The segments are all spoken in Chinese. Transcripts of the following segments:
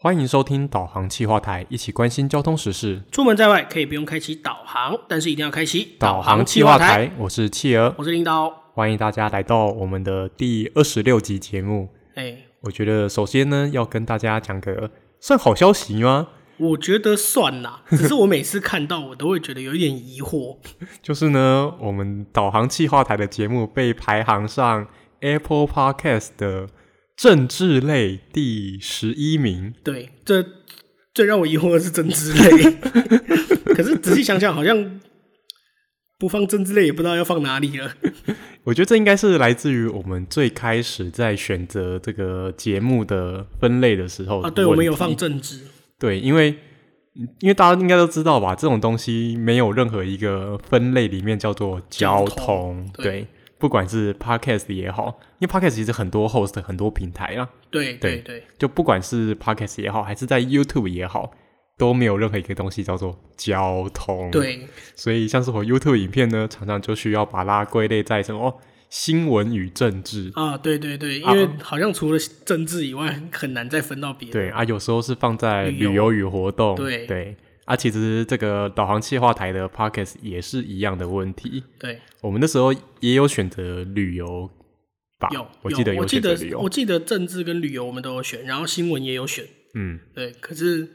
欢迎收听导航气化台，一起关心交通时事。出门在外可以不用开启导航，但是一定要开启导航气计化划。台，我是企鹅，我是领导。欢迎大家来到我们的第二十六集节目。哎、我觉得首先呢，要跟大家讲个算好消息吗？我觉得算啦，只是我每次看到我都会觉得有一点疑惑。 就是呢，我们导航气化台的节目被排行上 Apple Podcast 的政治类第十一名。对，这最让我疑惑的是政治类， 可是仔细想想，好像不放政治类也不知道要放哪里了。我觉得这应该是来自于我们最开始在选择这个节目的分类的时候啊，对，我们有问题放政治，对，因为嗯因为大家应该都知道吧，这种东西没有任何一个分类里面叫做交交通，对通对不管是 podcast 也好，因为 podcast 其实很多 host 很多平台啦，对对对对，就不管是 podcast 也好，还是在 YouTube 也好，都没有任何一个东西叫做交通，，对所以像是我 YouTube 影片呢，常常就需要把它归类在什么、哦新闻与政治，啊，对对对，因啊为好像除了政治以外，很难再分到别的。对啊，有时候是放在旅游旅游与活动，对对啊，其实这个导航气化台的 Pockets 也是一样的问题。对，我们那时候也有选择旅游吧，有，我记得我有记选择得旅游我，记得政治跟旅游我们都有选，然后新闻也有选。嗯，对，可是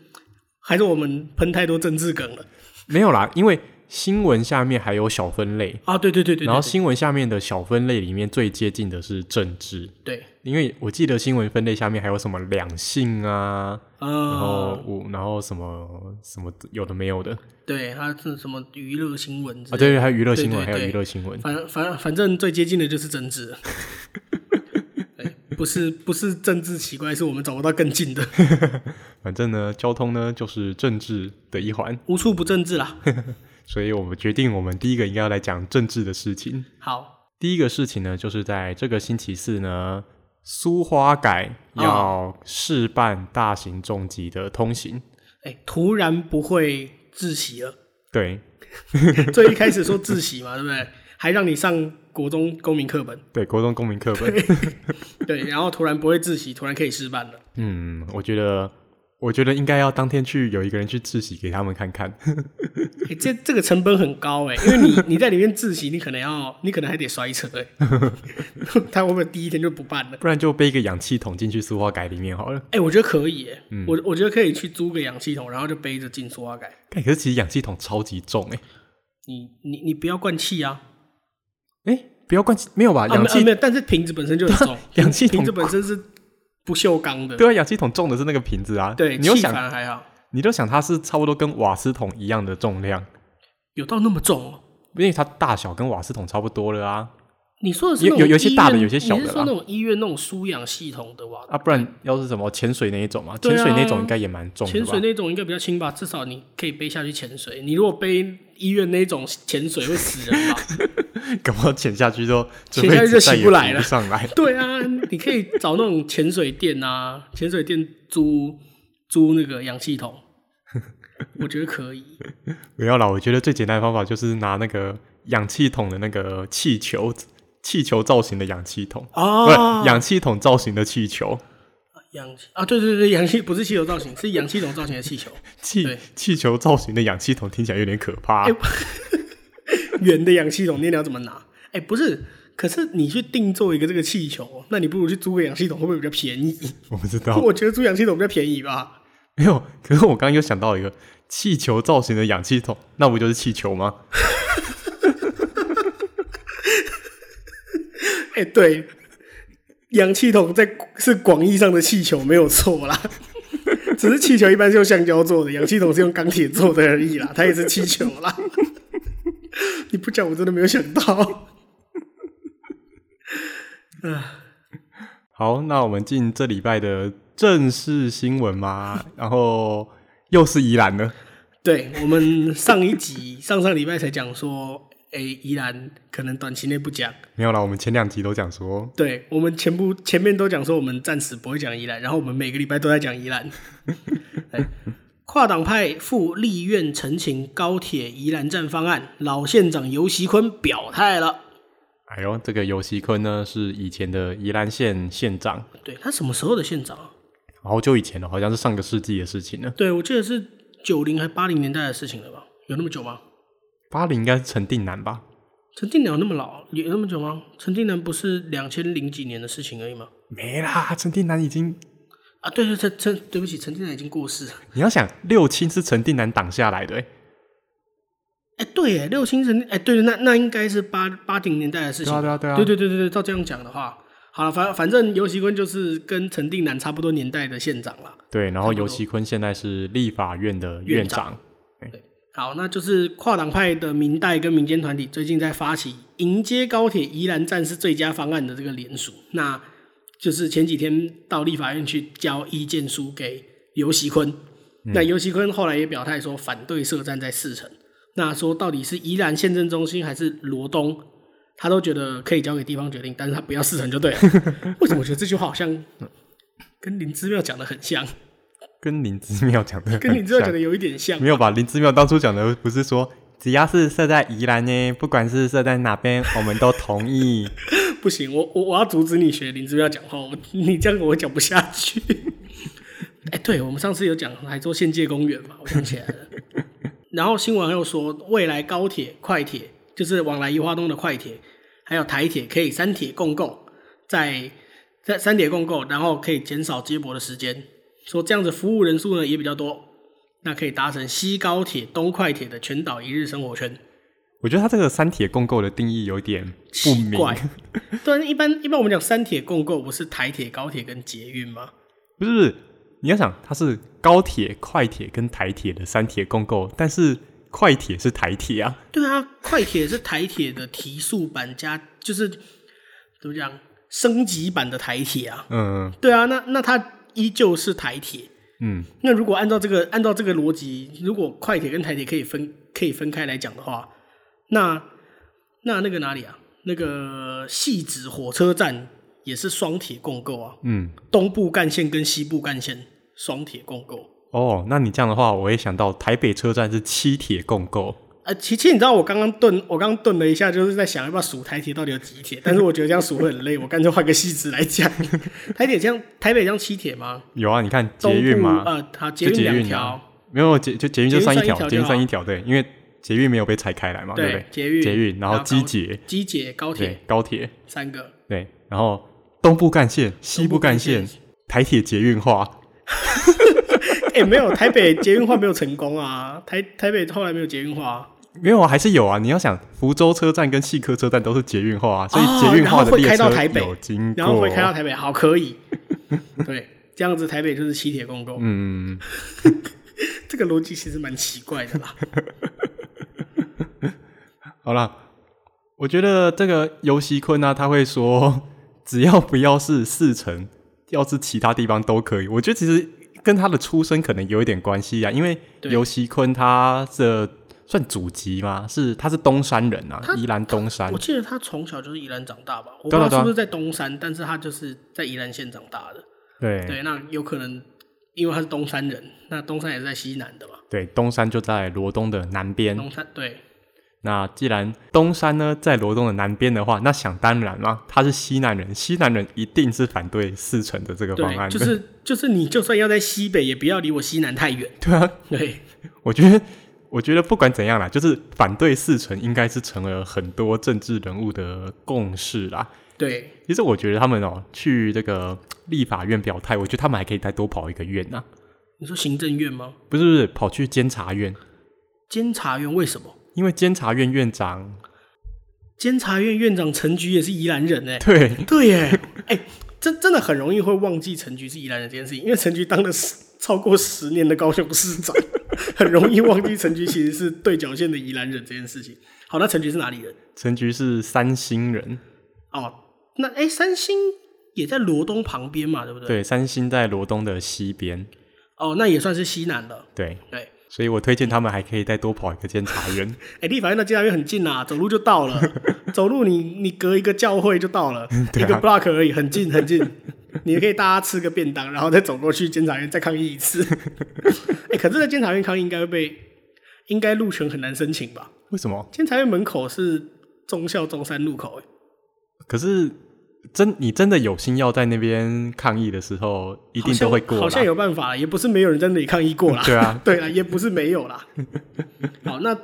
还是我们喷太多政治梗了没有啦，因为新闻下面还有小分类，啊！对对对对，然后对新闻下面的小分类里面最接近的是政治，对，因为我记得新闻分类下面还有什么两性啊，然后呃，我然后什么什么有的没有的啊，对，还是什么娱乐新闻之类对对，还有娱乐新闻，对还有娱对乐新闻，反反反正最接近的就是政治了。对，不是不是政治奇怪，是我们找不到更近的，反正呢，交通呢就是政治的一环，无处不政治啦。所以我们决定，我们第一个应该要来讲政治的事情。好，第一个事情呢，就是在这个星期四呢，苏花改要试办大型重机的通行。哎、突然不会自习了。 对最一开始说自习嘛，对不对？还让你上国中公民课本，对，国中公民课本。对，然后突然不会自习，突然可以示范了。嗯，我觉得，我觉得应该要当天去有一个人去自习给他们看看。欸、这这个成本很高哎、因为你你在里面自习，你可能要，你可能还得摔车 哎、他会不会第一天就不办了？不然就背一个氧气筒进去苏花改里面好了。哎、我觉得可以哎、嗯我我觉得可以去租个氧气筒，然后就背着进塑化改。看，可是其实氧气筒超级重哎、你你你不要灌气啊！欸、哎、不要灌气，没有吧？啊氧没气、，啊没有，但是瓶子本身就很重氧气筒瓶子本身是不锈钢的，对啊，氧气筒重的是那个瓶子啊。对，你又气想反而还好，你就想它是差不多跟瓦斯桶一样的重量，有到那么重哦、因为它大小跟瓦斯桶差不多了啊你说的是有那种有有些医院大的有些小的你啦是说那种医院那种输氧系统的哇？啊，不然要是什么潜水那一种嘛，对潜啊水那种应该也蛮重的潜吧水？那种应该比较轻吧，至少你可以背下去潜水。你如果背医院那种潜水会死人吧？ 搞不好潜下去就这潜下辈去子就再起也不来浮了上来。 对啊，你可以找那种潜水店啊，潜水店租租那个氧气筒，我觉得 可以。不要啦，我觉得最简单的方法就是拿那个氧气筒的那个气球，气球造型的氧气筒，不是哦，氧气筒造型的气球，氧气啊，对对对，氧气不是气球造型，是氧气筒造型的气球，气对气球造型的氧气筒听起来有点可怕。啊哎圆的氧气筒，你要怎么拿？哎、不是，可是你去定做一个这个气球，那你不如去租个氧气筒，会不会比较便宜？ 我不知道，我觉得租氧气筒比较便宜吧。 没有，可是我刚刚又想到一个气球造型的氧气筒，那不就是气球吗？ 哎、对，氧气筒在是广义上的气球没有错啦， 只是气球一般是用橡胶做的，氧气筒是用钢铁做的而已啦，它也是气球啦。 你不讲我真的没有想到。好，那我们进这礼拜的正式新闻嘛，然后又是宜兰呢，对我们上一集、上上礼拜才讲说，哎、依然可能短期内不讲。没有啦，我们前两集都讲说，对我们前部前面都讲说我们暂时不会讲宜兰，然后我们每个礼拜都在讲宜 兰。哎跨党派赴立院陈情高铁宜兰站方案，老县长尤习坤表态了。哎呦，这个尤熙坤呢是以前的宜兰县县长，对他什么时候的县长啊？好久以前了，好像是上个世纪的事情了。对，我记得是九零还八零年代的事情了吧？有那么久吗？巴黎应该是陈定南吧？陈定南有那么老，有那么久吗？陈定南不是两千零几年的事情而已吗？没啦，陈定南已经，啊，对对，陈陈，对不起，陈定南已经过世了。你要想六亲是陈定南挡下来的、欸，哎，对耶，六星神，哎，对，那那应该是八八零年代的事情。对啊对啊对啊对对对对对，照这样讲的话，好了，反反正尤习坤就是跟陈定南差不多年代的县长啦。对，然后尤其坤现在是立法院的院长，好，那就是跨党派的民代跟民间团体最近在发起迎接高铁宜兰站是最佳方案的这个联署，那就是前几天到立法院去交意见书给尤喜坤，那尤喜坤后来也表态说反对设站在四城，那说到底是宜兰县政中心还是罗东，他都觉得可以交给地方决定，但是他不要四城就对了。 为什么我觉得这句话好像跟林之妙讲的很像，跟林之妙讲的 跟林之妙讲的的有一点像？没有吧？林之妙当初讲的不是说只要是设在宜兰呢，不管是设在哪边，我们都同意。 不行，我我我要阻止你学林志妙讲话，我你这样我讲不下去。 哎、对我们上次有讲还做县界公园嘛，我想起来了。然后新闻又说，未来高铁、快铁，就是往来宜花东的快铁，还有台铁可以三铁共购，在在三铁共购，然后可以减少接驳的时间，说这样子服务人数呢也比较多，那可以达成西高铁、东快铁的全岛一日生活圈。我觉得他这个三铁共购的定义有点不奇明，怪。 对，啊一般一般我们讲三铁共构，不是台铁、高铁跟捷运吗？不是不是？你要想，它是高铁、快铁跟台铁的三铁共购，但是快铁是台铁啊，对啊，快铁是台铁的提速版加，就是怎么讲升级版的台铁啊。嗯对啊，那那它依旧是台铁。嗯，那如果按照这个按照这个逻辑，如果快铁跟台铁可以分可以分开来讲的话，那那那个哪里啊？那个细子火车站也是双铁共构啊，嗯，东部干线跟西部干线双铁共构。哦，那你这样的话，我也想到台北车站是七铁共购，呃，其其实你知道我刚刚顿，我刚刚顿了一下，就是在想要不要数台铁到底有几铁，但是我觉得这样数会很累，我干脆换个细致来讲。台铁这样，台北这样七铁吗？有啊，你看东捷运部嘛，呃，好，捷就捷运两运条，啊，没有捷就捷运就捷运算一算一条，条捷运就算好一条，对，因为捷运没有被拆开来嘛，对不对？捷运、捷运，然后高机捷，机捷、高对铁，高铁，三个，对，然后东部干线、西部部干干线线、台铁捷运化，哎、没有台北捷运化没有成功啊，台台北后来没有捷运化啊、没有啊，还是有啊。你要想，福州车站跟细科车站都是捷运化啊，所以哦捷运化然的后会列开到车台北有经过，然后会开到台北，好，可以， 对，这样子台北就是七铁共构，嗯，这个逻辑其实蛮奇怪的啦。好啦，我觉得这个尤熙坤呢、啊，他会说， 只要不要是四城，要是其他地方都可以。我觉得其实跟他的出身可能有一点关系啊，因为对尤熙坤他的算祖籍吗？是他是东山人啊，宜兰东山我。记得他从小就是宜兰长大吧，我不知对啊道对啊是不是在东山，但是他就是在宜兰县长大的。对对，那有可能因为他是东山人，那东山也是在西南的嘛。对，东山就在罗东的南边。东山对，那既然东山呢在罗东的南边的话，那想当然啦，他是西南人，西南人一定是反对四城的这个方案对，的。就 是就是你就算要在西北，也不要离我西南太远。对啊，对，我觉得，我觉得不管怎样啦，就是反对四城应该是成了很多政治人物的共识啦。对，其实我觉得他们哦、去这个立法院表态，我觉得他们还可以再多跑一个院呐、你说行政院吗？不是不是跑去监察院，监察院为什么？因为监察院院长监察院院长陈菊也是宜兰人哎、对 对耶，哎、真真的很容易会忘记陈菊是宜兰人这件事情，因为陈菊当了十超过十年的高雄市长，很容易忘记陈菊其实是对角线的宜兰人这件事情。好，那陈菊是哪里人？陈菊是三星人，哦，那哎、三星也在罗东旁边嘛，对不对？。对，三星在罗东的西边，哦，那也算是西南了。对，对，所以我推荐他们还可以再多跑一个监察院。哎、立法院到监察院很近啦、走路就到了。走路你你隔一个教会就到了，一个 block 而已，很近很近。你可以大家吃个便当，然后再走过去监察院再抗议一次。哎、可是，在监察院抗议应该会被，应该路权很难申请吧？为什么？哎监察院门口是忠孝中山路口、欸，可是真你真的有心要在那边抗议的时候，一定都会过啦好像有办法，也不是没有人在那里抗议过啦。对啊， 对啊，也不是没有啦。好，那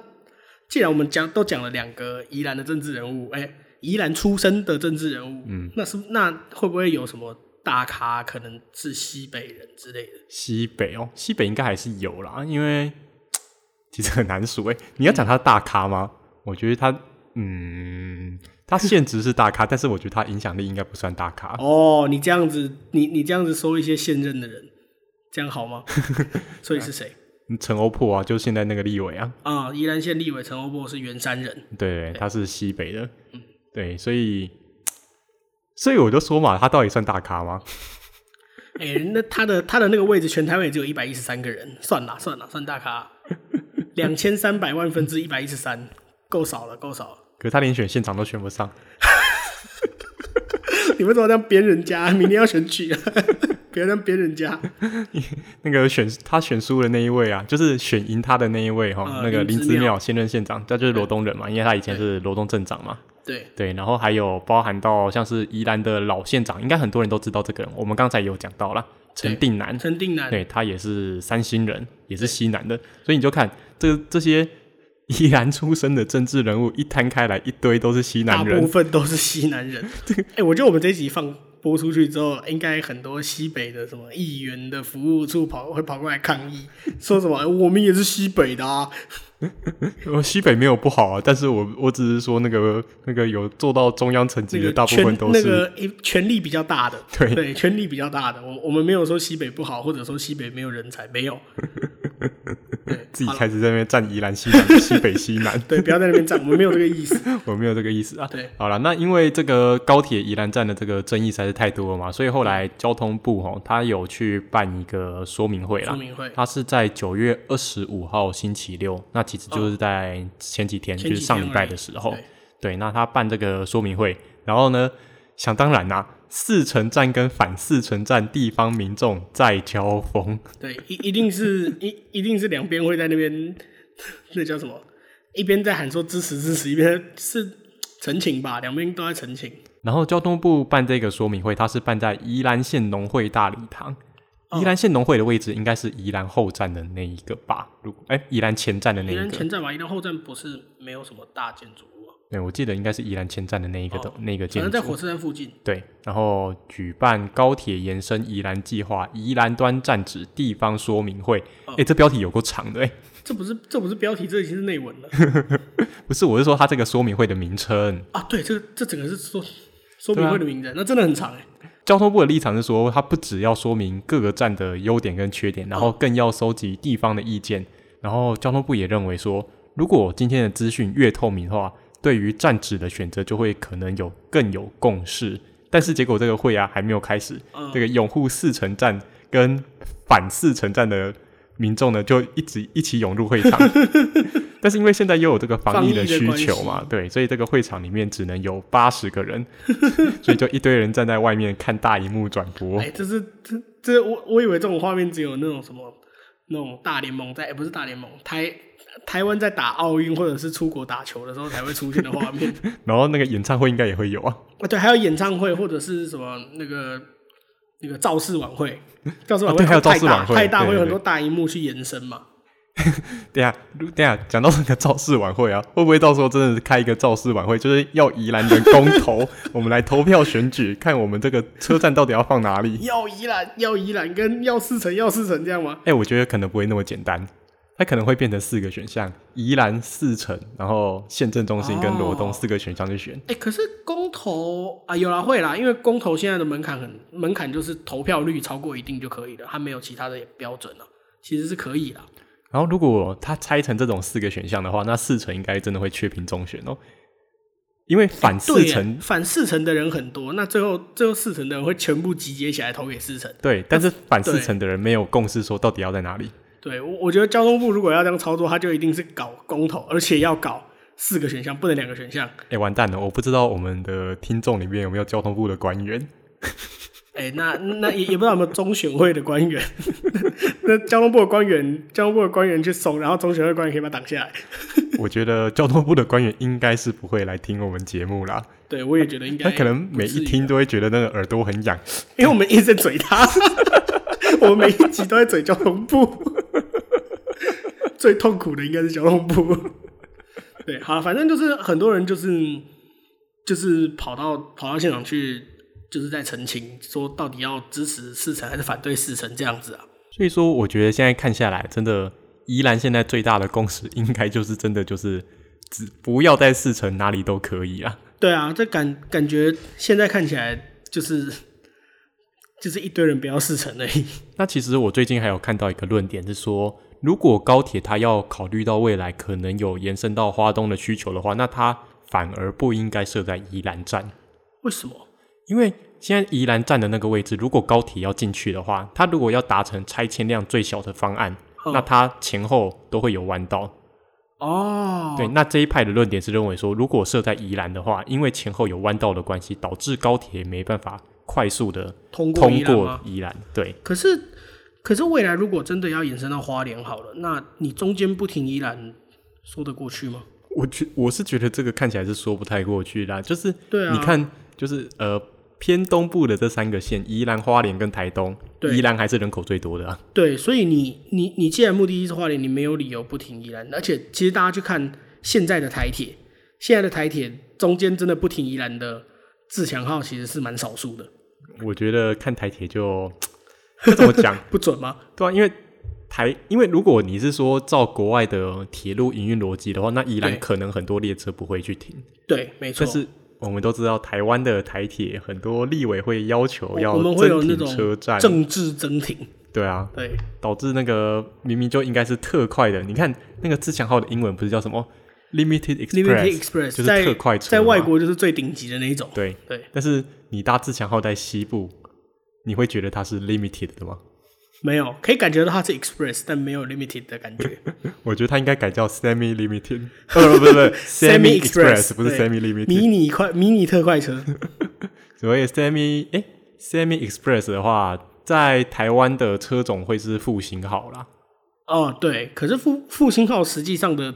既然我们讲都讲了两个宜兰的政治人物，哎、宜兰出身的政治人物，嗯，那是那会不会有什么大咖可能是西北人之类的？西北哦，西北应该还是有啦，因为其实很难数诶、你要讲他大咖吗？我觉得他，嗯，他现职是大咖，但是我觉得他影响力应该不算大咖。哦，你这样子，你你这样子收一些现任的人，这样好吗？ 所以是谁陈欧破啊，就现在那个立委啊，啊、宜兰县立委陈欧波是圆山人，对，他是西北的，对，所以，所以我就说嘛，他到底算大咖吗？哎、那他的他的那个位置，全台湾也只有一百一十三个人，算啦算啦，算大咖，两千三百万分之一百一十三，够少了，够少了。 可是他连选县长都选不上，你为什么这样编人家？明天要选举了， 不要这样编人家。那个选他选输的那一位啊，就是选赢他的那一位哈、呃那个林林之子妙妙现任县长，他就是罗东人嘛，因为他以前是罗东镇长嘛，对，对，然后还有包含到像是宜兰的老县长，应该很多人都知道这个人，我们刚才有讲到啦，陈对定南，陈定南，对他也是三星人，也是西南的，所以你就看这这些宜兰出生的政治人物一摊开来，一堆都是西大南部人。分都是西南人。哎、我觉得我们这一集放播出去之后，应该很多西北的什么议员的服务处跑会跑过来抗议，说什么、哎我们也是西北的啊。我西北没有不好啊，但是我我只是说那个那个有做到中央层级那的个大部权分都那是、个诶权力比较大的，对权力比较大的。我我们没有说西北不好，或者说西北没有人才，没有。对，自己好了开始在那边站宜兰西南西北西南，对，不要在那边站，我们没有这个意思。我没有这个意思啊。对，好了，那因为这个高铁宜兰站的这个争议实在是太多了嘛，所以后来交通部吼他有去办一个说明会啦，说明会它是在九月二十五号星期六，那其实就是在前几天，嗯前就是几上天礼拜而已的时候。对对，那他办这个说明会，然后呢，想当然啦、四城站跟反四城站地方民众在交锋，对，一一定是一一定是两边会在那边，那叫什么？一边在喊说支持支持，一边在是陈情吧，两边都在陈情。然后交通部办这个说明会，它是办在宜兰县农会大礼堂。哦宜兰县农会的位置应该是宜兰后站的那一个吧？如果哎、宜兰前站的那宜一兰个，前站吧，宜兰后站不是没有什么大建筑物啊，对我记得应该是宜兰前站的那一个的、那个反建正筑。哦在火车站附近。对，然后举办高铁延伸宜兰计划宜兰端站址地方说明会。哎、哦这标题有够长的哎、这不是这不是标题，这已经是内文了不是，我是说它这个说明会的名称。啊！对，这个这整个是说说啊明会的名字，那真的很长哎、交通部的立场是说，它不只要说明各个站的优点跟缺嗯点，然后更要收集地方的意见。然后交通部也认为说，如果今天的资讯越透明的话，对于站址的选择就会可能有更有共识。但是结果这个会啊还没有开始，嗯这个拥护四城站跟反四城站的民众呢，就一直一起涌入会 场。但是因为现在又有这个防疫的防疫的需关求系嘛，对，所以这个会场里面只能有八十个人，所以就一堆人站在外面看大荧幕转播哎、。这是这这我我以为这种画面只有那种什么那种大联盟在，哎不是大联盟，台台湾在打奥运或者是出国打球的时候才会出现的画 面然后那个演唱会应该也会有啊，啊。对，还有演唱会或者是什么那个那个造势 晚会，造势啊晚会对还有造太势大晚会太大对会有对很多大荧幕去延伸嘛。等一下，如等一下，讲到那个造势晚会啊，会不会到时候真的是开一个造势晚会，就是要宜兰人公 投，我们来投票选举，看我们这个车站到底要放哪里？要宜兰，要宜兰，跟要四城，要四城这样吗？哎、我觉得可能不会那么简单，它可能会变成四个选项：宜兰、四城，然后县政中心跟罗东哦四个选项去选。哎、可是公投啊，有啦会啦，因为公投现在的门槛很门槛就是投票率超过一定就可以了，它没有其他的标准了，其实是可以啦。然后如果它拆成这种四个选项的话，那四城应该真的会缺屏中选哦，因为反哎对四耶城反四成的人很多，那最后最后四成的人会全部集结起来投给四成。对，但是反四对城的人没有共识说到底要在哪里。对我我觉得交通部如果要这样操作，他就一定是搞公投，而且要搞四个选项，不能两个选项。哎、完蛋了！我不知道我们的听众里面有没有交通部的官员。哎，那那也也不知道有没有中选会的官员， 那交通部的官员，交通部的官员去送，然后中选会官员可以把他挡下来。我觉得交通部的官员应该是不会来听我们节目啦。对，我也觉得应该。他可能每一啊听，都会觉得那个耳朵很痒。因为我们一直在嘴他， 我们每一集都在嘴交通部。 最痛苦的应该是交通部。 对，好，反正就是很多人就是就是跑到跑到现场去，就是在澄清，说到底要支持四成还是反对四成这样子啊。所以说，我觉得现在看下来，真的宜兰现在最大的共识，应该就是真的就是只不要在四城哪里都可以啊。对啊，这感感觉现在看起来就是就是一堆人不要事成而已。 那其实我最近还有看到一个论点是说，如果高铁它要考虑到未来可能有延伸到花东的需求的话，那它反而不应该设在宜兰站，为什么？因为现在宜兰站的那个位置，如果高铁要进去的话，它如果要达成拆迁量最小的方案，嗯那它前后都会有弯道。哦，对，那这一派的论点是认为说，如果设在宜兰的话，因为前后有弯道的关系，导致高铁没办法快速的通过通宜兰过吗？宜兰。对，可是可是未来如果真的要延伸到花莲好了，那你中间不停宜兰说得过去吗？我觉我是觉得这个看起来是说不太过去啦。就是对啊你看，就是呃偏东部的这三个县，宜兰、花莲跟台东，对宜兰还是人口最多的、啊。对，所以你你你既然目的地是花莲，你没有理由不停宜兰。而且其实大家去看现在的台铁，现在的台铁中间真的不停宜兰的自强号其实是蛮少数的，我觉得看台铁就这怎么讲？ 不准吗？对啊，因为台，因为如果你是说照国外的铁路营运逻辑的话，那宜兰对可能很多列车不会去停。对，没错但。是我们都知道，台湾的台铁很多立委会要求哦我要们会有增那停车种站，政治增停，对啊，对，导致那个明明就应该是特快的。你看那个自强号的英文不是叫什么 Limited Express，Limited Express 就是在特快车在嘛外国就是最顶级的那一种。对，对，但是你搭自强号在西部，你会觉得它是 Limited 的吗？没有可以感觉到它是 Express，但没有 Limited 的感觉。我觉得它应该改叫 Semi Limited，呃不不不，Semi Express 不是对 Semi Limited，迷你快迷你特快车，所谓 Semi 哎、Semi Express 的话，在台湾的车种会是复兴号啦。哦，对，可是复复兴号实际上的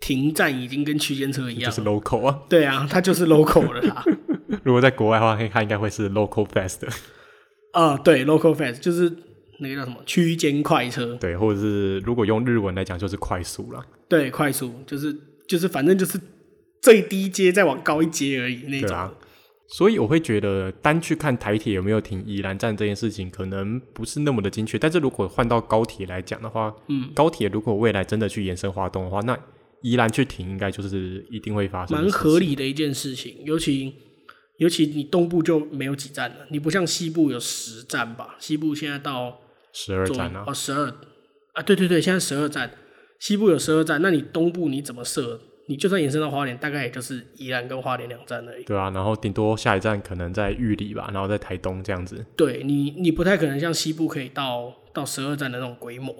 停站已经跟区间车一就样是，local 啊。对啊，它就是 local 了啦。 如果在国外的话，它应该会是 local fast，的啊，对，local fast 就是那个叫什么区间快车，对，或者是如果用日文来讲就是快速啦。对，快速就是就是反正就是最低阶再往高一阶而已那对种。啊。所以我会觉得，单去看台铁有没有停宜兰站这件事情，可能不是那么的精确。但是如果换到高铁来讲的话，嗯，高铁如果未来真的去延伸华东的话，那宜兰去停应该就是一定会发生，蛮合。理的一件事情，尤其尤其你东部就没有几站了，你不像西部有十站吧？西部现在到十二左站啊，哦十二啊，对对对，现在十二站，西部有十二站，那你东部你怎么设？你就算延伸到花莲，大概也就是宜兰跟花莲两站而已。对啊，然后顶多下一站可能在玉里吧，然后在台东这样子。对你，你不太可能像西部可以到到十二站的那种规模。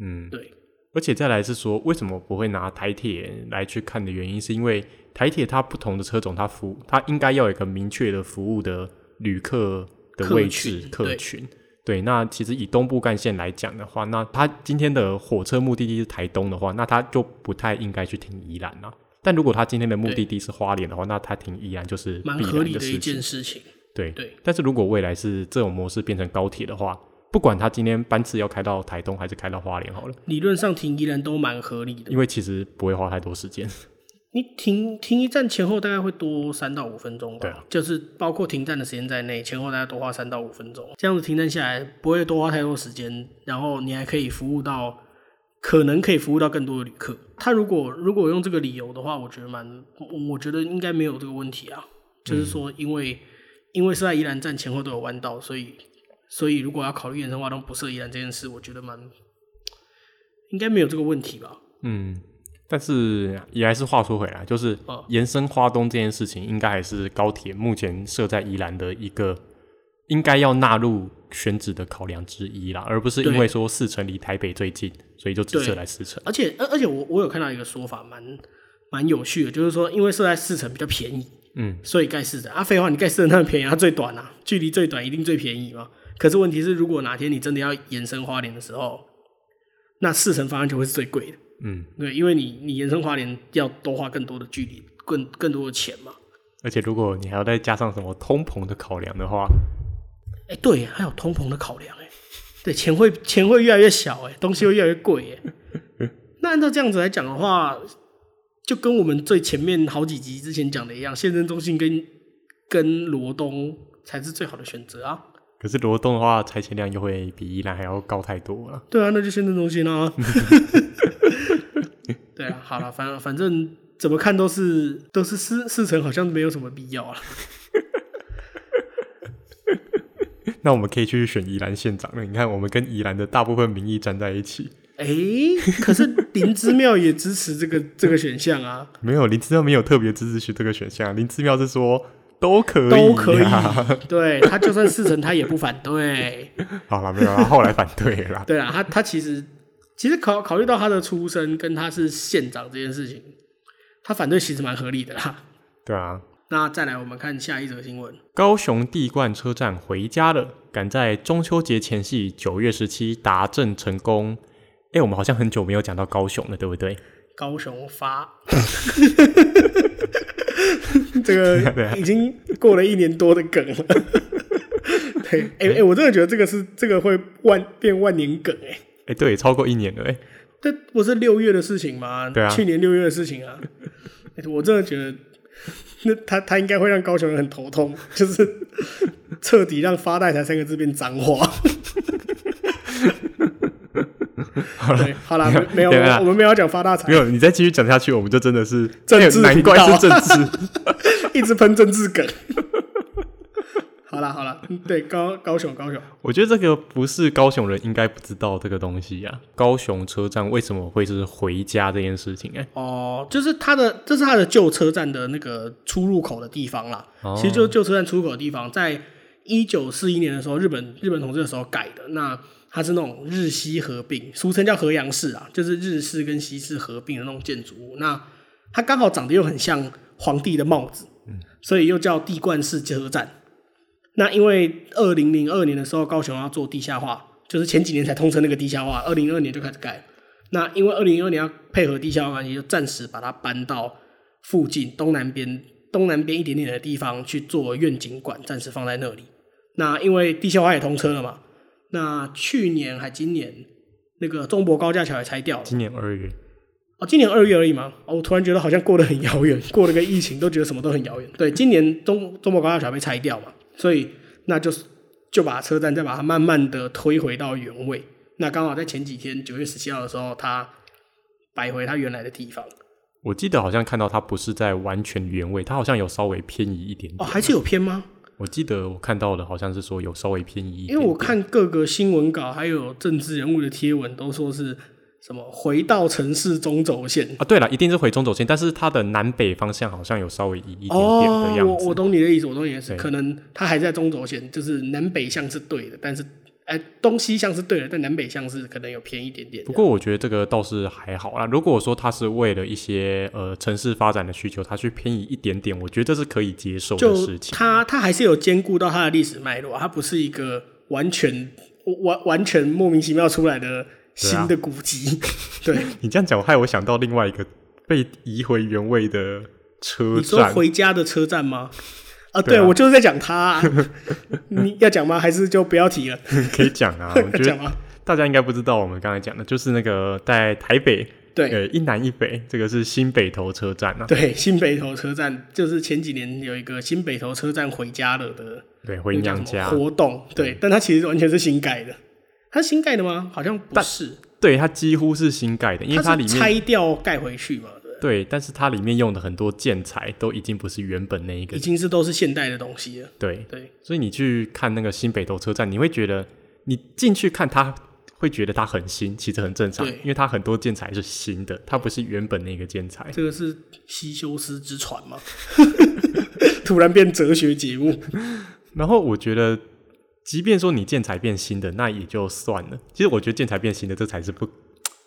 嗯，对，而且再来是说，为什么不会拿台铁来去看的原因，是因为台铁它不同的车种，它服它应该要有一个明确的服务的旅客的位置客群客群。对，那其实以东部干线来讲的话，那它今天的火车目的地是台东的话，那它就不太应该去停宜兰啦。但如果它今天的目的地是花莲的话，那它停宜兰就是必然蛮合理的的事一情件事情。对对，但是如果未来是这种模式变成高铁的话，不管它今天班次要开到台东还是开到花莲好了，理论上停宜兰都蛮合理的。因为其实不会花太多时间。 你停停一站前后大概会多三到五分钟吧，对啊就是包括停站的时间在内，前后大概多花三到五分钟，这样子停站下来不会多花太多时间，然后你还可以服务到，可能可以服务到更多的旅客。他如果如果用这个理由的话，我觉得蛮，我觉得应该没有这个问题啊，就是嗯说因为、因为是在宜兰站前后都有弯道，所以所以如果要考虑延伸花东不设宜兰这件事，我觉得蛮应该没有这个问题吧。嗯，但是也还是话说回来，就是哦延伸花东这件事情，应该还是高铁目前设在宜兰的一个应该要纳入选址的考量之一啦，而不是因对为说四城离台北最近，所以就只对设来四城。而且而而且我我有看到一个说法，蛮蛮有趣的，就是说因为设在四城比较便宜，嗯，所以盖四城啊，废话，你盖四城那么便宜，它最短啊，距离最短一定最便宜嘛。可是问题是，如果哪天你真的要延伸花莲的时候，那四成发案球会是最贵的。嗯，对，因为你你延伸花莲要多花更多的距离，更更多的钱嘛。而且如果你还要再加上什么通膨的考量的话，哎、对，还有通膨的考量哎、对，钱会钱会越来越小哎、东西会越来越贵哎、那按照这样子来讲的话，就跟我们最前面好几集之前讲的一样，宪政中心跟跟罗东才是最好的选择啊。可是罗东的话，拆迁量又会比宜兰还要高太多了。 对啊，那就宪政中心啊。对啊，好了，反反正怎么看都是都是四四成，好像没有什么必要啊。那我们可以去选宜兰县长了。你看，我们跟宜兰的大部分民意站在一起，哎、可是林之妙也支持这个这个选项啊。没有林芝庙没有特别支持这个选项，林芝庙是说都可以、都可以啊。，对他就算四成，他也不反对。 好了，没有啦，后来反对了啦。 对啊，他他其实其实考考虑到他的出身跟他是县长这件事情，他反对其实蛮合理的啦。对啊，那再来，我们看下一则新闻。高雄地冠车站回家了，赶在中秋节前夕九月十七达阵成功。哎、我们好像很久没有讲到高雄了，对不对？高雄发，这个已经过了一年多的梗了。 对，哎、哎、我真的觉得这个是这个会万变万年梗哎、哎、对，超过一年了、哎，这不是六月的事情吗？对啊去年六月的事情啊。 我真的觉得，那他他应该会让高雄人很头痛， 就是彻底让“发大财”三个字变脏话。对， 好啦，没没有，等一下我们没有要讲发大财没，有，你再继续讲下去，我们就真的是政哎治难怪是频政 治。一直喷政治梗。 好啦好啦，嗯对高高雄高雄，我觉得这个不是高雄人应该不知道这个东西啊。高雄车站为什么会是回家这件事情、哎，哦，就是它的，这是它的旧车站的那个出入口的地方啦。哦其实就是旧车站出入口的地方，在一九四一年的时候，日本日本统治的时候改的。那它是那种日西合并，俗称叫河阳式啊，就是日式跟西式合并的那种建筑物。那它刚好长得又很像皇帝的帽子，所以又叫地冠式车站。那因为二零零二年的时候，高雄要做地下化，就是前几年才通车那个地下化，二零零二年就开始盖。那因为二零零二年要配合地下化关系，就暂时把它搬到附近东南边东南边一点点的地方去做愿景馆，暂时放在那里。那因为地下化也通车了嘛，那去年还今年那个中博高架桥也拆掉了，今年二月，哦，今年二月而已吗？哦，我突然觉得好像过得很遥远，过了个疫情都觉得什么都很遥远。对，今年中中国高架桥被拆掉嘛，所以那就是就把车站再把它慢慢的推回到原位。那刚好在前几天九月十七号的时候，它摆回它原来的地方。我记得好像看到它不是在完全原位，它好像有稍微偏移一点哦，点。还是有偏吗？我记得我看到的好像是说有稍微偏移一点因为我看各个新闻稿还有政治人物的贴文都说是什么回到城市中轴线。啊，对了，一定是回中轴线，但是它的南北方向好像有稍微移一点点哦的，样我子。我懂你的意思，我懂你的意思。对可能它还在中轴线，就是南北向是对的，但是哎、东西向是对的，但南北向是可能有偏一点点不。过我觉得这个倒是还好啦。如果说它是为了一些呃城市发展的需求，它去偏移一点点，我觉得这是可以接受的就事情。 它它还是有兼顾到它的历史脉络，它不是一个完全完完全莫名其妙出来的对啊新的古迹。 对，你这样讲，我害我想到另外一个被移回原位的车你说站。回家的车站吗？啊，对对，啊我就是在讲它 啊、你要讲吗？还是就不要提了？可以讲 啊，我觉讲得吗？大家应该不知道，我们刚才讲的就是那个在台北，对，呃，一南一北，这个是新北投车站啊， 对，新北投车站就是前几年有一个新北投车站回家了的对，回娘家嗯那个叫什，么活动，对，但它其实完全是新盖的。它是新盖的吗？好像不是，对，它几乎是新盖的，因为它里是面拆掉盖回去嘛，对不对，但是它里面用的很多建材都已经不是原本那一对，个已，经是都是现代的东西了。对，对，所以你去看那个新北投车站，你会觉得你进去看它。会觉得它很新，其实很正常，对因为它很多建材是新的，它不是原本那个建材。这个是西修斯之船嘛， 突然变哲学节目。然后我觉得，即便说你建材变新的，那也就算了。其实我觉得建材变新的这才是不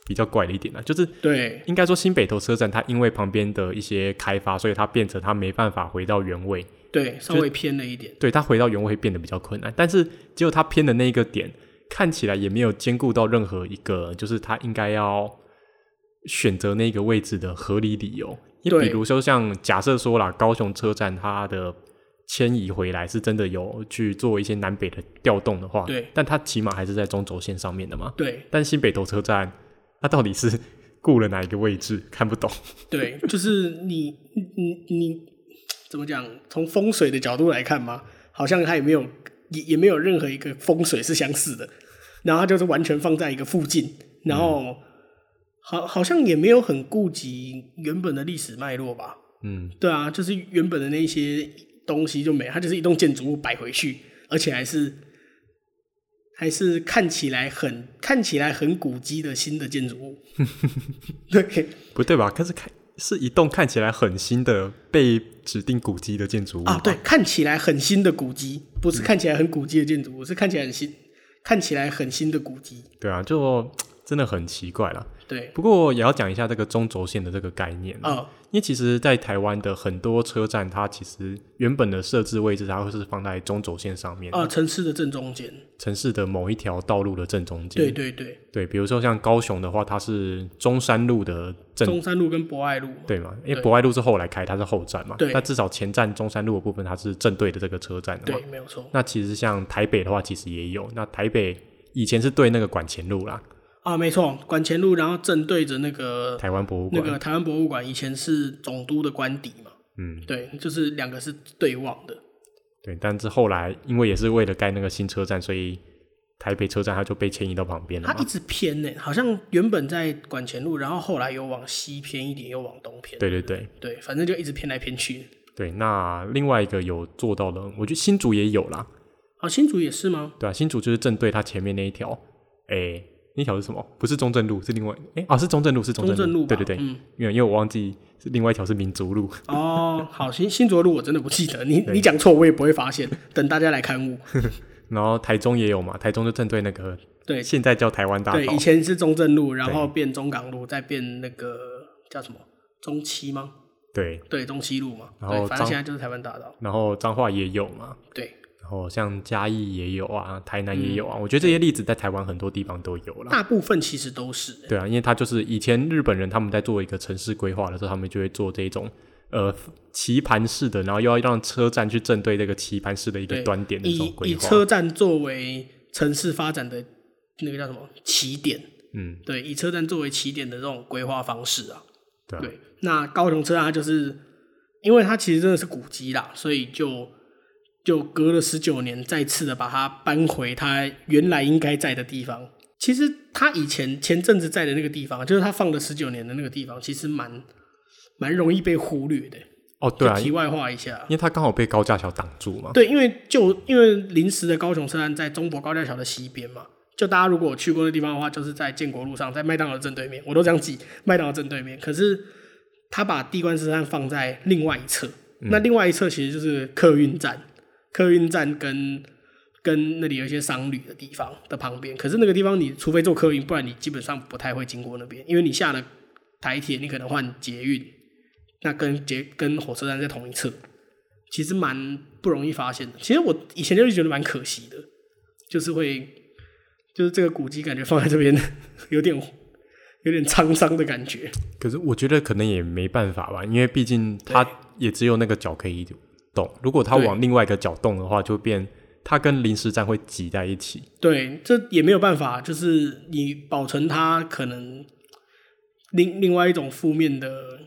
比较怪的一点啊，就是对，应该说新北投车站它因为旁边的一些开发，所以它变成它没办法回到原位，对，稍微偏了一点。对它回到原位会变得比较困难。但是只有它偏的那一个点。看起来也没有兼顾到任何一个，就是他应该要选择那个位置的合理理由。你对比如说，像假设说啦，高雄车站它的迁移回来是真的有去做一些南北的调动的话，对但它起码还是在中轴线上面的嘛。对但新北投车站，它到底是 顾了哪一个位置？看不懂。对，就是你你你你怎么讲？从风水的角度来看嘛，好像它也没有也也没有任何一个风水是相似的，然后它就是完全放在一个附近，然后、好好像也没有很顾及原本的历史脉络吧。嗯，对啊，就是原本的那些东西就没，它就是一栋建筑物摆回去，而且还是还是看起来很看起来很古迹的新的建筑物。 对，不对吧？可是看是一栋看起来很新的被指定古迹的建筑物啊吧，对，看起来很新的古迹，嗯不是看起来很古迹的建筑物，是看起来很新，看起来很新的古迹。对啊，就真的很奇怪啦。对，不过也要讲一下这个中轴线的这个概念啊，哦，因为其实，在台湾的很多车站，它其实原本的设置位置，它会是放在中轴线上面，啊，城市的正中间。城市的某一条道路的正中间。对对对，对比如说像高雄的话，它是中山路的正中山路跟博爱路。对嘛？因为对博爱路是后来开，它是后站嘛。对但至少前站中山路的部分，它是正对的这个车站的嘛对，。没有错。那其实像台北的话，其实也有。那台北以前是对那个管前路啦，啊，没错，管前路，然后正对着那个台湾博物那馆。个台湾博物馆以前是总督的官邸嘛，嗯，对，就是两个是对望的，对。但是后来因为也是为了盖那个新车站，所以台北车站它就被迁移到旁边了它啊一嘛。直偏呢、好像原本在管前路，然后后来有往西偏一点，又往东偏，对对对对，反正就一直偏来偏去。对。那另外一个有做到的，我觉得新竹也有啦，好，哦新竹也是吗？对啊，新竹就是正对它前面那一条，哎、那条是什么？不是中正路，是另外哎、啊，是中正路，是中中正正路吧对对对，嗯因为因为我忘记是另外一条是民族路。哦，好，新新竹的路我真的不记得，你你讲错我也不会发现， 等大家来刊物。然后台中也有嘛，台中就正对那个对现在叫台湾大对，道以，前是中正路，然后变中港路，再变那个叫什么中七吗？对，对，中七路嘛，然后对，反正彰现在就是台湾大道，然后彰化也有嘛，对。然后像嘉义也有啊，台南也嗯有啊，我觉得这些例子在台湾很多地方都有啦。大部分其实都是、对啊，因为它就是以前日本人他们在做一个城市规划的时候，他们就会做这种呃棋盘式的，然后又要让车站去正对这个棋盘式的一个对端点的这种以规以划。车站作为城市发展的那个叫什么起点，嗯，对，以车站作为起点的这种规划方式啊，对啊，对。那高雄车站它就是，因为它其实真的是古迹啦，所以就就隔了十九年，再次的把它搬回它原来应该在的地方。其实它以前前阵子在的那个地方，就是它放了十九年的那个地方，其实蛮蛮容易被忽略的。哦对啊，就因题外话一下，为它刚好被高架桥挡住嘛。对，因为就因为临时的高雄车站在中国高架桥的西边嘛，就大家如果有去过的地方的话，就是在建国路上，在麦当劳正对面，我都这样记，麦当劳正对面。可是他把地关车站放在另外一侧，那另外一侧其实就是客运站，客运站跟跟那里有一些商旅的地方的旁边。可是那个地方你除非坐客运，不然你基本上不太会经过那边，因为你下了台铁，你可能换捷运，那跟捷跟火车站在同一侧。其实蛮不容易发现的。其实我以前就觉得蛮可惜的，就是会，就是这个古迹感觉放在这边 有点有点沧桑的感觉。可是我觉得可能也没办法吧，因为毕竟它也只有那个角可以动，如果它对往另外一个角动的话，就变它跟临时站会挤在一起。对，这也没有办法，就是你保存它可能另另外一种负面的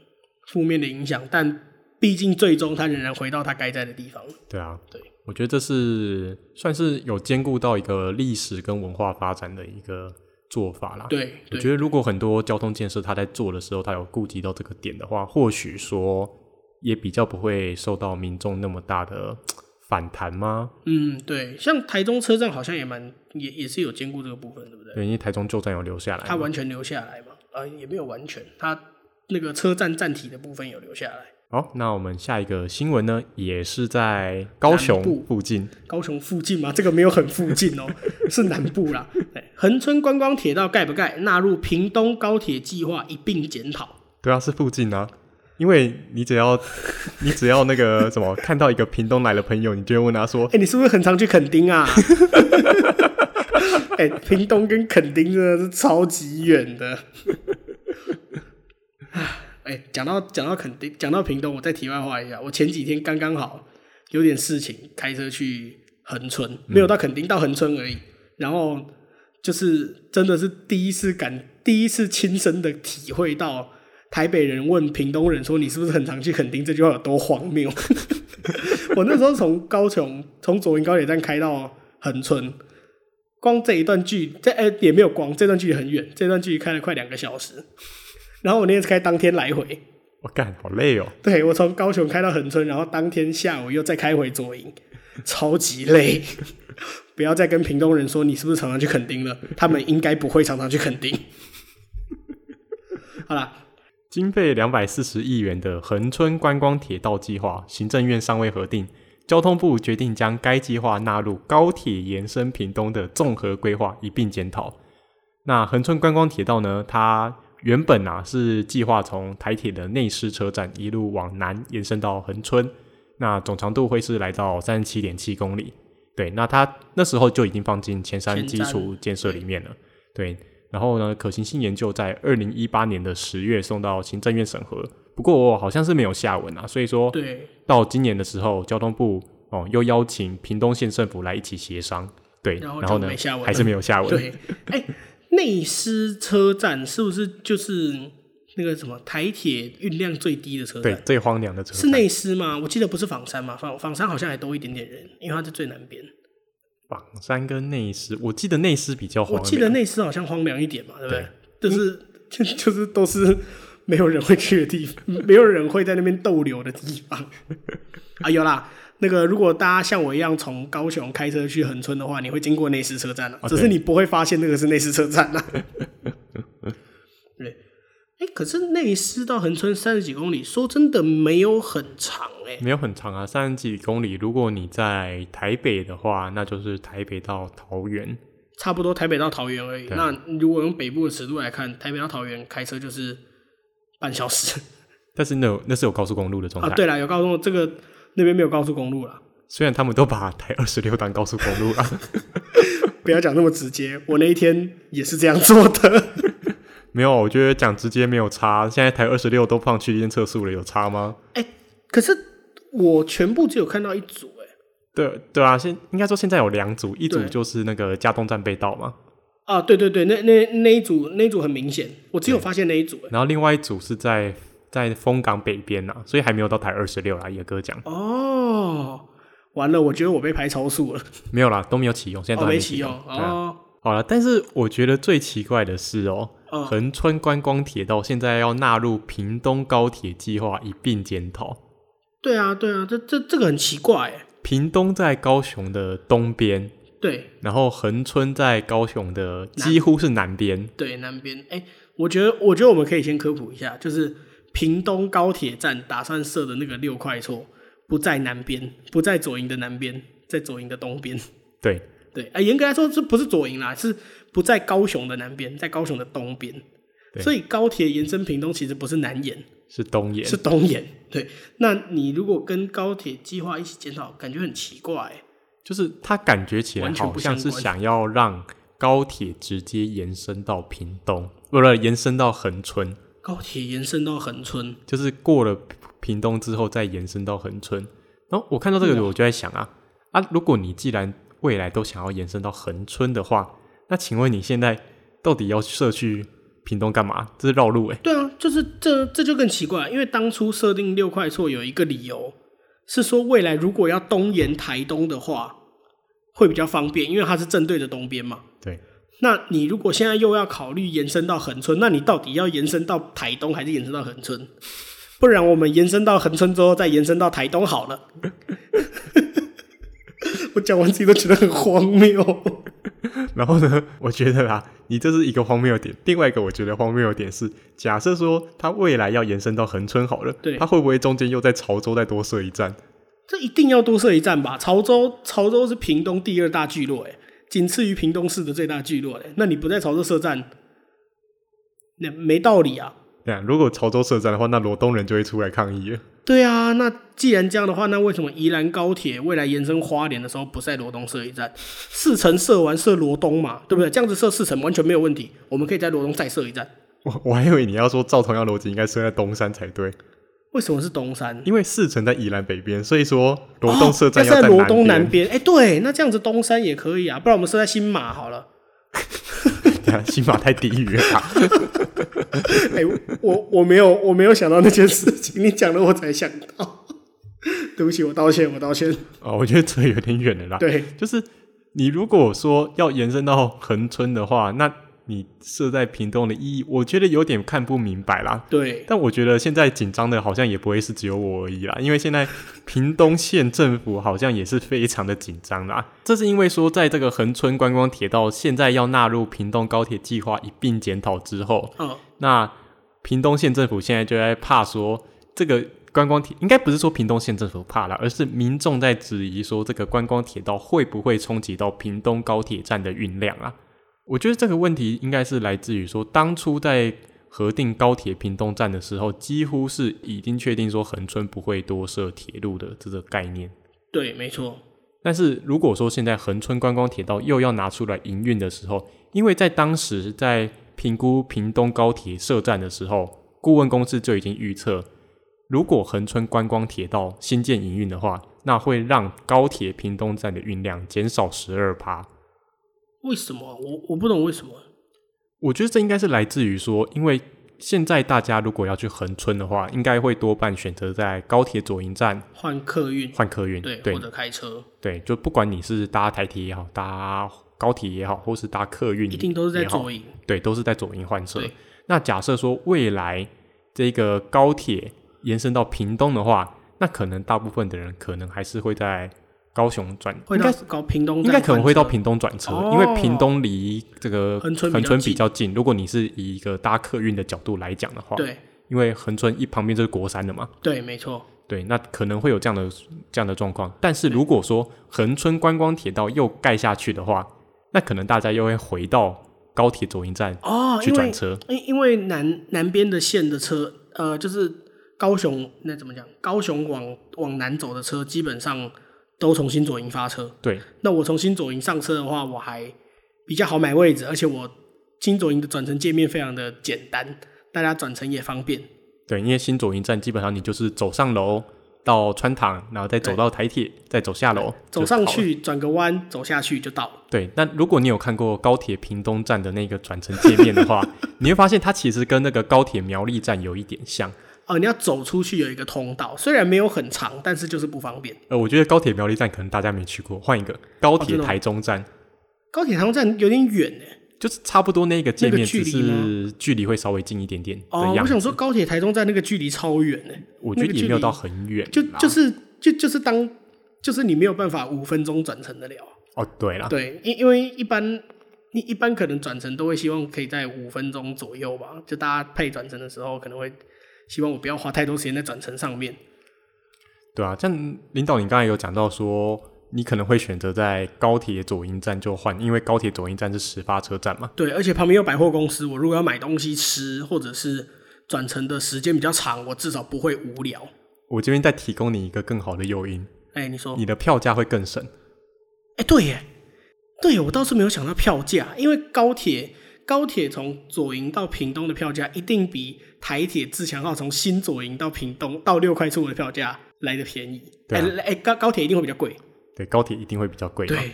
负面的影响，但毕竟最终它仍然回到它该在的地方。对啊，对，我觉得这是算是有兼顾到一个历史跟文化发展的一个做法啦。，对我对觉得如果很多交通建设它在做的时候，它有顾及到这个点的话，或许说也比较不会受到民众那么大的反弹吗？嗯，对，像台中车站好像也蛮也也是有兼顾这个部分，对不对？对，因为台中旧站有留下来嘛，它完全留下来嘛？呃，也没有完全，它那个车站站体的部分有留下来。好，那我们下一个新闻呢，也是在高雄南部附近。高雄附近吗？这个没有很附近哦，是南部啦。对恒春观光铁道盖不盖纳入屏东高铁计划一并检讨。对啊，是附近啊，因为你只要 你只要那个什么，看到一个屏东来的朋友，你就会问他说哎、你是不是很常去垦丁啊？哎、屏东跟垦丁真的是超级远的。哎、讲到讲到垦丁，讲到屏东，我再题外话一下，我前几天刚刚好有点事情，开车去恒春，没有到垦丁，到恒春而已。然后就是真的是第一次感，第一次亲身的体会到台北人问屏东人说你是不是很常去垦丁这句话有多荒谬。 我那时候从高雄，从左营高铁站开到恒春，光这一段距，这哎、也没有光，这段距离很远，这段距离开了快两个小时。然后我那天是开当天来回，我干，好累哦。对我从高雄开到恒春，然后当天下午又再开回左营，超级累。 不要再跟屏东人说你是不是常常去垦丁了，他们应该不会常常去垦丁。好啦，经费两百四十亿元的恒春观光铁道计划，行政院尚未核定，交通部决定将该计划纳入高铁延伸屏东的综合规划一并检讨。那恒春观光铁道呢？它原本啊是计划从台铁的内狮车站一路往南延伸到恒春，那总长度会是来到三十七点七公里。对，那它那时候就已经放进前山前基瞻础建设里面了。对，然后呢，可行性研究在二零一八年的十月送到行政院审核，不过哦好像是没有下文啊，所以说对，到今年的时候，交通部哦又邀请屏东县政府来一起协商。对，然后然后就呢没下文还是没有下文。对，哎、内狮车站是不是就是那个什么台铁运量最低的车对站？最荒凉的车是站，内狮吗？我记得不是仿山嘛，仿仿山好像还多一点点人，因为它在最南边。榜山跟内狮，我记得内狮比较荒我凉。记得内狮好像荒凉一点嘛，对不对？就是就 就是都是没有人会去的地方，没有人会在那边逗留的地方。啊，有啦，那个如果大家像我一样从高雄开车去恒春的话，你会经过内狮车站啊哦，只是对你不会发现那个是内狮车站 啊。对，哎、可是内狮到恒春三十几公里，说真的没有很长哎、没有很长啊，三十几公里。如果你在台北的话，那就是台北到桃园。差不多台北到桃园而已。对那如果用北部的尺度来看，台北到桃园开车就是半小时。但是那有那是有高速公路的状态、啊，对了，有高速公路，这个那边没有高速公路了。虽然他们都把台二十六当高速公路 了、不要讲那么直接，我那一天也是这样做的。没有，我觉得讲直接没有差。现在台二十六都放区间测速了，有差吗？哎可是我全部只有看到一组、欸，对对啊，现应该说现在有两组，一组对就是那个加东站被盗嘛，啊，对对对，那那那一组那一组很明显，我只有发现那一组、欸。然后另外一组是在在丰港北边呐、所以还没有到台二十六啦。野哥讲哦，完了，我觉得我被排超速了，没有啦，都没有启用，现在哦，都还没启骑哦，对啊哦，好了，但是我觉得最奇怪的是哦、嗯横村观光铁道现在要纳入屏东高铁计划一并检讨。对啊，对啊，这这这个很奇怪、欸，屏东在高雄的东边，对然后恒春在高雄的几乎是南边，对，南边，哎、我觉得我觉得我们可以先科普一下，就是屏东高铁站打算设的那个六块厝不在南边，不在左营的南边，在左营的东边。对，对，啊、严格来说，这不是左营啦，是不在高雄的南边，在高雄的东边。对所以高铁延伸屏东其实不是南延，是东延。是东延。对，那你如果跟高铁计划一起检讨，感觉很奇怪、欸就是它感觉起来完全好不像相是关想要让高铁直接延伸到屏东，不是延伸到恒春，高铁延伸到恒春，就是过了屏东之后再延伸到恒春。然后我看到这个，我就在想啊啊，如果你既然未来都想要延伸到恒春的话，那请问你现在到底要设去屏东干嘛？这是绕路哎、对啊，就是这这就更奇怪，因为当初设定六块厝有一个理由是说，未来如果要东延台东的话，会比较方便，因为它是正对着东边嘛。对，那你如果现在又要考虑延伸到恒春，那你到底要延伸到台东还是延伸到恒春？不然我们延伸到恒春之后，再延伸到台东好了。 我讲完自己都觉得很荒谬。然后呢，我觉得啦，你这是一个荒谬点。另外一个我觉得荒谬的点是，假设说它未来要延伸到恒春好了，对它会不会中间又在潮州再多设一站？这一定要多设一站吧？潮州，潮州是屏东第二大聚落、欸，仅次于屏东市的最大聚落、欸。那你不在潮州设站，那没道理啊。啊对啊，如果潮州设站的话，那罗东人就会出来抗议了。对啊，那既然这样的话，那为什么宜兰高铁未来延伸花莲的时候不在罗东设一站？四城设完设罗东嘛，对不对？这样子设四城完全没有问题，我们可以在罗东再设一站。我我还以为你要说照同样逻辑应该设在东山才对，为什么是东山？因为四城在宜兰北边，所以说罗东哦设站要在在罗东南南。边。哎、对，那这样子东山也可以啊，不然我们设在新马好了。等一下啊新马太地狱了 吧，哎、我我没有我没有想到那件事情，你讲了我才想到。 对不起，我道歉，我道歉。哦，我觉得这有点远了啦。对，就是你如果说要延伸到恒春的话，那你设在屏东的意义，我觉得有点看不明白啦。 对，但我觉得现在紧张的好像也不会是只有我而已啦，因为现在屏东县政府好像也是非常的紧张啦。这是因为说，在这个恒春观光铁道现在要纳入屏东高铁计划一并检讨之后，嗯，那屏东县政府现在就在怕说这个观光铁，应该不是说屏东县政府怕啦，而是民众在质疑说这个观光铁道会不会冲击到屏东高铁站的运量啊？我觉得这个问题应该是来自于说，当初在核定高铁屏东站的时候，几乎是已经确定说恒春不会多设铁路的这个概念。对，没错。但是如果说现在恒春观光铁道又要拿出来营运的时候，因为在当时在评估屏东高铁设站的时候，顾问公司就已经预测，如果恒春观光铁道新建营运的话，那会让高铁屏东站的运量减少十二趴。为什么？我我不懂为什么。我觉得这应该是来自于说，因为现在大家如果要去恒春的话，应该会多半选择在高铁左营站换客运，换客运，对，或者开车，对，就不管你是搭台铁也好，搭高铁也好，或是搭客运也好，一定都是在左营。对，都是在左营换车对。那假设说未来这个高铁延伸到屏东的话，那可能大部分的人可能还是会在高雄转，会应到该搞屏东应站换该车，可能会到屏东转车，因为哦屏东离这个恒春比较恒春比近较近。如果你是以一个搭客运的角度来讲的话，对因为恒春一旁边就是国山的嘛，对，没错，对，那可能会有这样的这样的状况。但是如果说恒春观光铁道又盖下去的话，那可能大家又会回到高铁左营站哦，去因转为车。因因为南南边的线的车，呃，就是高雄那怎么讲？高雄往往南走的车，基本上都从新左营发车。对，那我从新左营上车的话，我还比较好买位置，而且我新左营的转乘界面非常的简单，大家转乘也方便。对，因为新左营站基本上你就是走上楼到穿堂，然后再走对到台铁，再走下楼，走就上跑了。去转个弯，走下去就到了。对，那如果你有看过高铁屏东站的那个转乘界面的 话，你会发现它其实跟那个高铁苗栗站有一点像。哦，你要走出去有一个通道，虽然没有很长，但是就是不方便。呃，我觉得高铁苗栗站可能大家没去过，换一个高铁哦真的吗台中站。高铁台中站有点远呢、欸就是差不多那个界面，那个距只离是距离会稍微近一点点的哦，样我子。想说高铁台中站那个距离超远呢、我那觉个得距也没有离到很远啦，就就是就就是当就是你没有办法五分钟转乘的了。啊哦，对啦，对，因因为一般你一般可能转乘都会希望可以在五分钟左右吧，就大家配转乘的时候可能会希望我不要花太多时间在转乘上面。对啊。像领导，你刚才有讲到说，你可能会选择在高铁左营站就换，因为高铁左营站是始发车站嘛。对，而且旁边有百货公司，我如果要买东西吃，或者是转乘的时间比较长，我至少不会无聊。我这边再提供你一个更好的诱因，哎、你说，哎、你的票价会更省。哎对耶，对耶，我倒是没有想到票价，因为高铁高铁从左营到屏东的票价一定比台铁自强号从新左营到屏东到六块厝的票价来的便宜。对哎、啊来哎、高高铁一定会比较贵。对，高铁一定会比较贵嘛。对，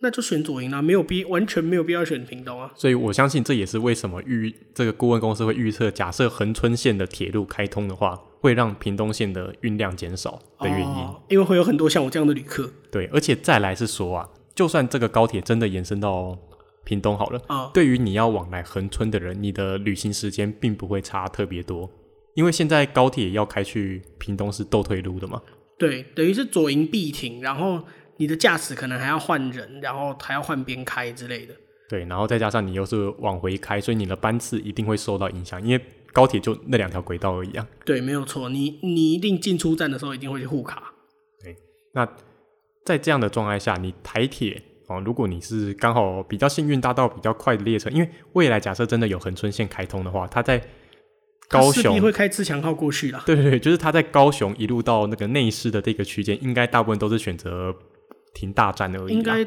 那就选左营啦、没有必完全没有必要选屏东啊。所以我相信这也是为什么预这个顾问公司会预测，假设恒春线的铁路开通的话，会让屏东线的运量减少的原因。哦，因为会有很多像我这样的旅客对，而且再来是说啊，就算这个高铁真的延伸到屏东好了，啊对于你要往来恒春的人，你的旅行时间并不会差特别多，因为现在高铁要开去屏东是斗退路的嘛。对，等于是左营必停，然后你的驾驶可能还要换人，然后还要换边开之类的。对，然后再加上你又是往回开，所以你的班次一定会受到影响，因为高铁就那两条轨道而已啊。对，没有错，你你一定进出站的时候一定会去护卡。那在这样的状态下，你台铁哦，如果你是刚好比较幸运搭到比较快的列车，因为未来假设真的有恒春线开通的话，它在高势必雄会开自强号过去 啦。对对对，就是他在高雄一路到那个内市的这个区间，应该大部分都是选择停大战而已啦。应该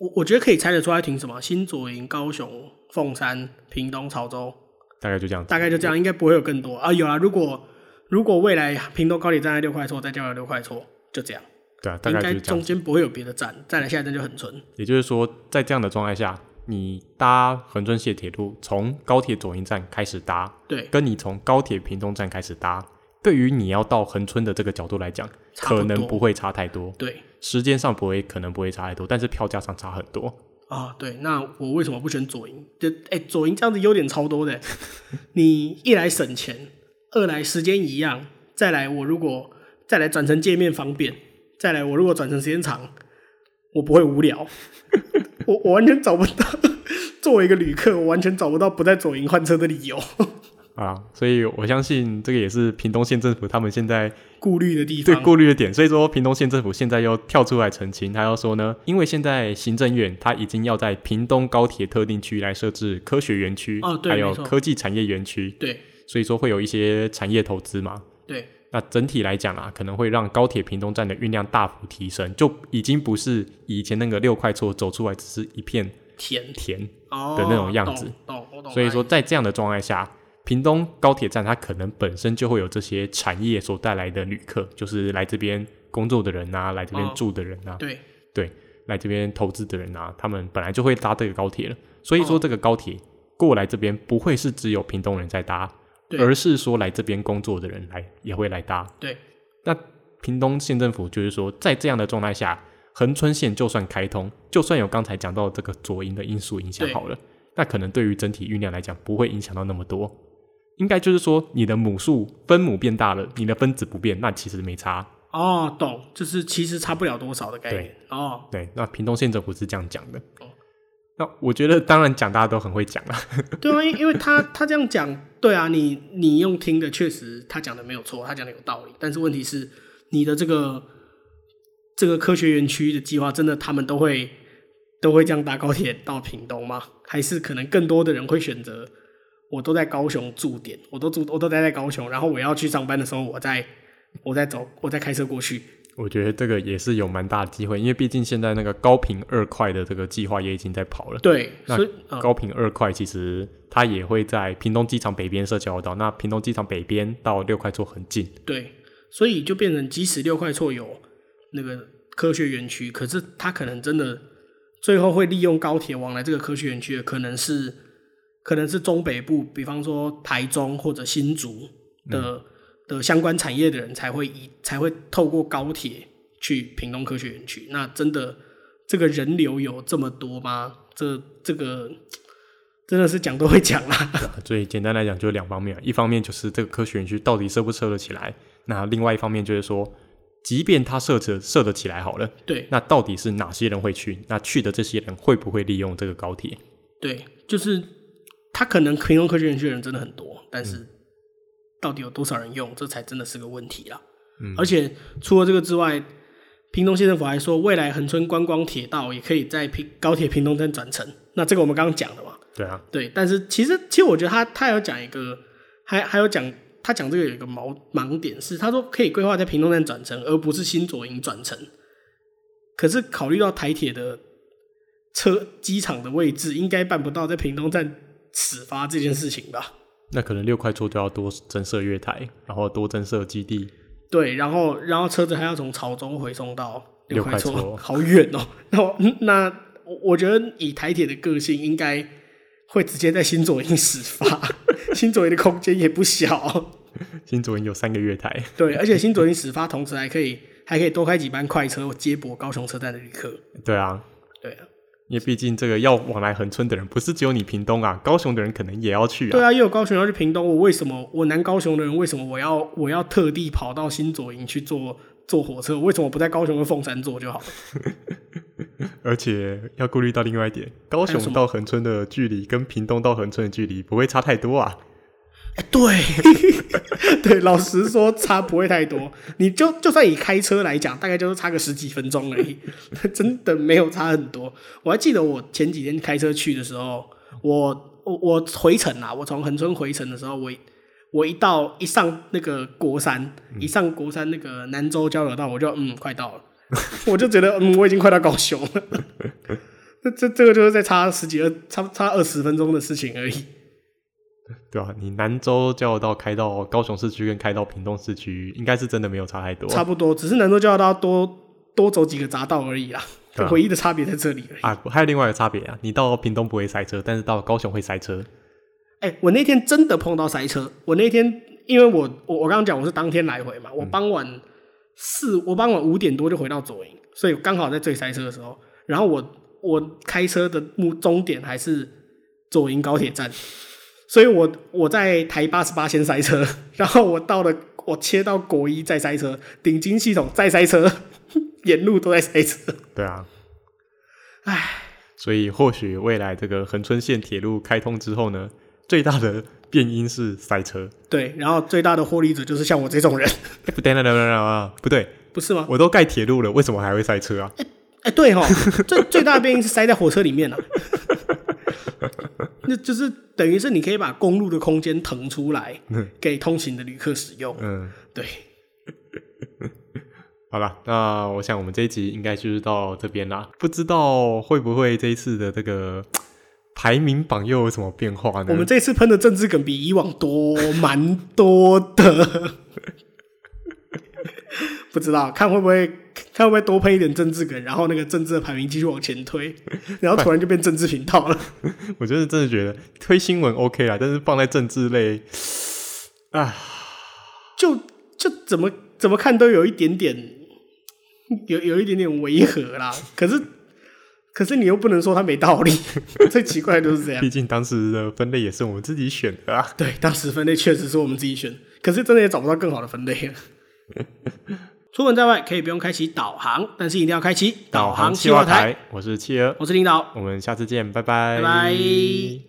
我我觉得可以猜得出来停什么，新左营、高雄、凤山、屏东、潮州，大概就这样子。大概就这样，应该不会有更多啊。有啊，如果如果未来屏东高铁站在六块厝，再掉到六块厝，就这样，对啊，大应概该就是这样中子。间不会有别的站，再来下一站就很纯。也就是说，在这样的状态下，你搭恒春线铁路，从高铁左营站开始搭，对，跟你从高铁屏东站开始搭，对于你要到恒春的这个角度来讲，差不多可能不会差太多，对时间上不会可能不会差太多，但是票价上差很多。啊，对，那我为什么不选左营？就哎、左营这样子优点超多的，你一来省钱，二来时间一样，再来我如果再来转成界面方便，再来我如果转成时间长，我不会无聊，我我完全找不到。作为一个旅客，我完全找不到不在左营换车的理由，啊，所以我相信这个也是屏东县政府他们现在顾虑的地对方。顾虑的点，所以说屏东县政府现在又跳出来澄清，他要说呢，因为现在行政院他已经要在屏东高铁特定区来设置科学园区，哦对还没有错科技产业园区，对所以说会有一些产业投资嘛。对那整体来讲啊，可能会让高铁屏东站的运量大幅提升，就已经不是以前那个六块厝走出来只是一片甜田。哦的那种样子，懂懂我懂。所以说，在这样的状态下，屏东高铁站它可能本身就会有这些产业所带来的旅客，就是来这边工作的人啊，来这边哦住的人啊，对对，来这边投资的人啊，他们本来就会搭这个高铁了。所以说，哦这个高铁过来这边不会是只有屏东人在搭，对而是说来这边工作的人来也会来搭。对那屏东县政府就是说，在这样的状态下，恒春线就算开通，就算有刚才讲到这个左营的因素影响对好了，那可能对于整体运量来讲不会影响到那么多。应该就是说，你的母数分母变大了，你的分子不变，那其实没差。哦懂，就是其实差不了多少的概念哦。对，那屏东县政府是这样讲的哦。那我觉得，当然讲大家都很会讲啦。 对啊，因因为他他这样讲，对啊，你你用听的确实他讲的没有错，他讲的有道理。但是问题是，你的这个这个科学园区的计划，真的他们都会都会这样搭高铁到屏东吗？还是可能更多的人会选择我都在高雄驻点，我都住我都待在高雄，然后我要去上班的时候，我再我再走我再开车过去。我觉得这个也是有蛮大的机会，因为毕竟现在那个高频二块的这个计划也已经在跑了。对，那所以、呃、高频二块其实它也会在屏东机场北边设交流道，那屏东机场北边到六块厝很近，对，所以就变成即使六块厝有那个科学园区，可是它可能真的最后会利用高铁往来这个科学园区的，可能是可能是中北部，比方说台中或者新竹的、的相关产业的人才会以才会透过高铁去屏东科学园区。那真的这个人流有这么多吗？这这个真的是讲都会讲啊啦。所以简单来讲就两方面，一方面就是这个科学园区到底设不设得起来，那另外一方面就是说，即便它设置设得起来好了，对，那到底是哪些人会去？那去的这些人会不会利用这个高铁？对，就是他可能平庸科学园区的人真的很多，但是到底有多少人用，这才真的是个问题啦。嗯、而且除了这个之外，屏东县政府还说，未来恒春观光铁道也可以在平高铁屏东站转乘。那这个我们刚刚讲的嘛，对啊，对。但是其实，其实我觉得他他有讲一个，还还有讲他讲这个有一个盲盲点是，他说可以规划在屏东站转乘，而不是新左营转乘。可是考虑到台铁的车机场的位置，应该办不到在屏东站始发这件事情吧？那可能六块厝就要多增设月台，然后多增设基地，对，然后然后车子还要从潮中回送到六块块厝厝，好远哦。那我那我我觉得以台铁的个性，应该会直接在新左营始发， 新左营的空间也不小。新竹营有三个月台，对，而且新左营始发，同时还可以还可以多开几班快车接驳高雄车站的旅客。对啊。对啊，因为毕竟这个要往来恒春的人，不是只有你屏东啊，高雄的人可能也要去啊。对啊，又有高雄要去屏东，我为什么我南高雄的人为什么我要我要特地跑到新左营去坐坐火车？为什么不在高雄的凤山坐就好了？而且要顾虑到另外一点，高还有什雄么到恒春的距离跟屏东到恒春的距离不会差太多啊。哎对， 对，老实说差不会太多，你就就算以开车来讲，大概就是差个十几分钟而已， 真的没有差很多。我还记得我前几天开车去的时候，我我我回程啊，我从恒春回程的时候，我我一到一上那个国三，一上国三那个南州交流道，我就嗯快到了， 我就觉得嗯我已经快到高雄了。 这这这个就是在差十几二差差二十分钟的事情而已。对啊，你南州交流道开到高雄市区跟开到屏东市区，应该是真的没有差太多。差不多，只是南州交流道多多走几个匝道而已啦对，啊唯一的差别在这里而已。啊，还有另外一个差别啊，你到屏东不会塞车，但是到高雄会塞车。哎、我那天真的碰到塞车，我那天因为我我我刚刚讲我是当天来回嘛，嗯我傍晚四我傍晚五点多就回到左营，所以刚好在最塞车的时候，然后我我开车的目终点还是左营高铁站，所以我我在台八十八先塞车， 然后我到了我切到国一再塞车，顶金系统再塞车， 沿路都在塞车。对啊，唉，所以或许未来这个恒春县铁路开通之后呢，最大的变因是塞车。对，然后最大的获利者就是像我这种人， 哎，不对，等等等等啊，不对，不是吗？我都盖铁路了，为什么还会塞车啊？哎、对哈，最最大的变因是塞在火车里面了、啊那就是等于是你可以把公路的空间腾出来给通勤的旅客使用。嗯，对，好了，那我想我们这一集应该就是到这边啦。不知道会不会这一次的这个排名榜又有什么变化呢？我们这次喷的政治梗比以往多蛮多的， 不知道看会不会看会不会多喷一点政治梗，然后那个政治的排名继续往前推，然后突然就变政治频道了。 我就是真的觉得推新闻 OK 啦，但是放在政治类，啊，就就怎么怎么看都有一点点，有有一点点违和啦。可是可是你又不能说他没道理， 最奇怪的就是这样。毕竟当时的分类也是我们自己选的啊。对，当时分类确实是我们自己选，可是真的也找不到更好的分类了。出门在外可以不用开启导航，但是一定要开启导导航航企计划划台，我是企鹅，我是领导，我们下次见，拜拜，拜拜